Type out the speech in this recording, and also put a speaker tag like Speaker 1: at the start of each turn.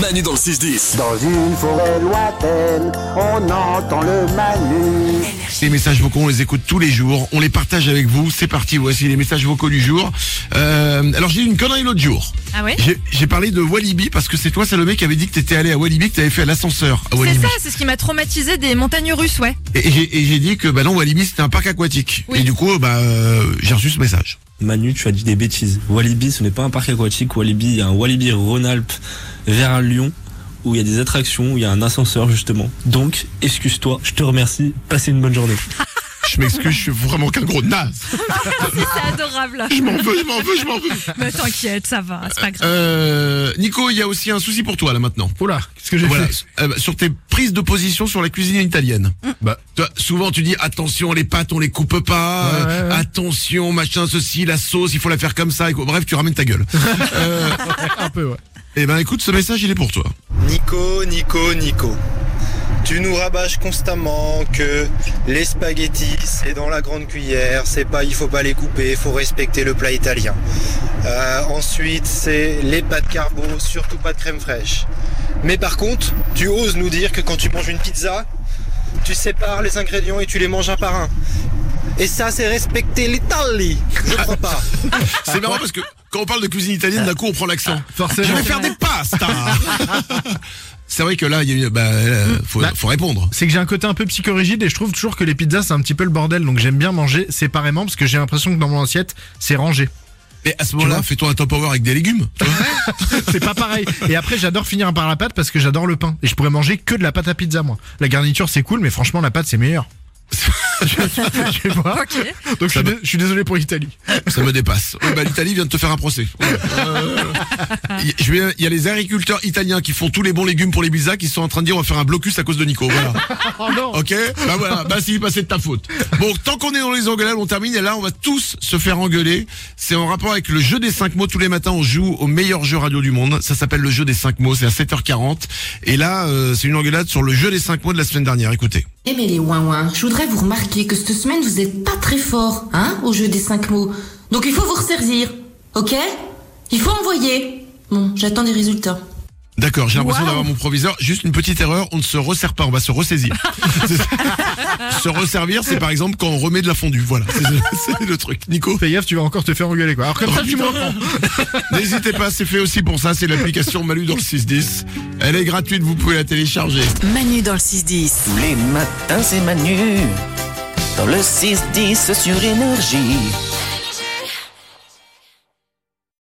Speaker 1: Manu dans le 6-10.
Speaker 2: Dans une forêt lointaine, on entend le Manu.
Speaker 3: Les messages vocaux, on les écoute tous les jours. On les partage avec vous. C'est parti, voici les messages vocaux du jour. Euh, alors, j'ai eu une connerie l'autre jour.
Speaker 4: Ah ouais
Speaker 3: J'ai- J'ai parlé de Walibi parce que c'est toi, Salomé, qui avait dit que t'étais allé à Walibi, que t'avais fait l'ascenseur à
Speaker 4: C'est
Speaker 3: Walibi.
Speaker 4: ça, c'est ce qui m'a traumatisé des montagnes russes, ouais.
Speaker 3: Et j'ai- et j'ai dit que bah non, Walibi, c'était un parc aquatique.
Speaker 4: Oui.
Speaker 3: Et du coup, bah, euh, j'ai reçu ce message.
Speaker 5: Manu, tu as dit des bêtises. Walibi, ce n'est pas un parc aquatique. Walibi, il y a un Walibi Rhône-Alpes vers Lyon où il y a des attractions, où il y a un ascenseur justement. Donc, excuse-toi, je te remercie, passez une bonne journée.
Speaker 3: Je m'excuse, je suis vraiment qu'un gros naze.
Speaker 4: c'est adorable.
Speaker 3: Je m'en veux, je m'en veux, je m'en veux.
Speaker 4: Mais t'inquiète, ça va, c'est pas grave.
Speaker 3: Euh, Nico, il y a aussi un souci pour toi là maintenant.
Speaker 6: Oula, qu'est-ce que j'ai
Speaker 3: Voilà,
Speaker 6: fait
Speaker 3: Euh, bah, sur tes prises de position sur la cuisine italienne. Bah, toi, souvent tu dis attention les pâtes on les coupe pas,
Speaker 6: Ouais,
Speaker 3: euh,
Speaker 6: ouais, ouais.
Speaker 3: attention machin ceci la sauce il faut la faire comme ça. et quoi. Bref, tu ramènes ta gueule. Euh,
Speaker 6: Un peu, ouais. Ah,
Speaker 3: Eh ben écoute, ce message il est pour toi.
Speaker 7: Nico, Nico, Nico. Tu nous rabâches constamment que les spaghettis, c'est dans la grande cuillère, c'est pas, il faut pas les couper, faut respecter le plat italien. Euh, ensuite, c'est les pâtes carbo, surtout pas de crème fraîche. Mais par contre, tu oses nous dire que quand tu manges une pizza, tu sépares les ingrédients et tu les manges un par un. Et ça, c'est respecter l'Italie. Je crois pas.
Speaker 3: C'est marrant parce que quand on parle de cuisine italienne, d'un coup on prend l'accent.
Speaker 6: Ah, Forcément.
Speaker 3: Je vais faire des pastas. C'est vrai que là, il y a une, bah, euh, faut,
Speaker 6: Bah.
Speaker 3: faut répondre.
Speaker 6: C'est que j'ai un côté un peu psychorigide et je trouve toujours que les pizzas c'est un petit peu le bordel donc j'aime bien manger séparément parce que j'ai l'impression que dans mon assiette c'est rangé.
Speaker 3: Mais à ce moment-là,
Speaker 6: vois
Speaker 3: fais-toi un top power avec des légumes.
Speaker 6: c'est pas pareil. Et après j'adore finir par la pâte parce que j'adore le pain et je pourrais manger que de la pâte à pizza moi. La garniture c'est cool mais franchement la pâte c'est meilleur. je sais pas.
Speaker 4: Ok.
Speaker 6: Donc je suis, dé- je suis désolé pour l'Italie.
Speaker 3: Ça me dépasse. Oui, bah, L'Italie vient de te faire un procès. Ouais. Euh, y- je vais- Il y a les agriculteurs italiens qui font tous les bons légumes pour les pizzas qui sont en train de dire on va faire un blocus à cause de Nico. Voilà.
Speaker 6: Oh non.
Speaker 3: Ok Bah voilà, bah si, bah c'est de ta faute. Bon, tant qu'on est dans les engueulades, on termine et là on va tous se faire engueuler. C'est en rapport avec le jeu des 5 mots. Tous les matins on joue au meilleur jeu radio du monde. Ça s'appelle le jeu des 5 mots, c'est à 7h40. Et là, euh, c'est une engueulade sur le jeu des 5 mots de la semaine dernière. Écoutez.
Speaker 8: Eh mais les ouin je voudrais vous remarquer que cette semaine vous êtes pas très fort, hein, au jeu des cinq mots. Donc il faut vous ressaisir, ok Il faut envoyer. Bon, j'attends des résultats.
Speaker 3: D'accord, j'ai l'impression d'avoir mon proviseur. Juste une petite erreur, on ne se resserre pas, on va se ressaisir. C'est- se resservir, c'est par exemple quand on remet de la fondue. Voilà, c'est- c'est le truc. Nico,
Speaker 6: Fais gaffe tu vas encore te faire engueuler quoi. Alors comme ça tu me reprends.
Speaker 3: n'hésitez pas, c'est fait aussi pour ça. C'est l'application Malu dans le 610. Elle est gratuite, vous pouvez la télécharger.
Speaker 9: Manu dans le 6-10.
Speaker 10: Tous les matins, c'est Manu. Dans le 6-10 sur Énergie.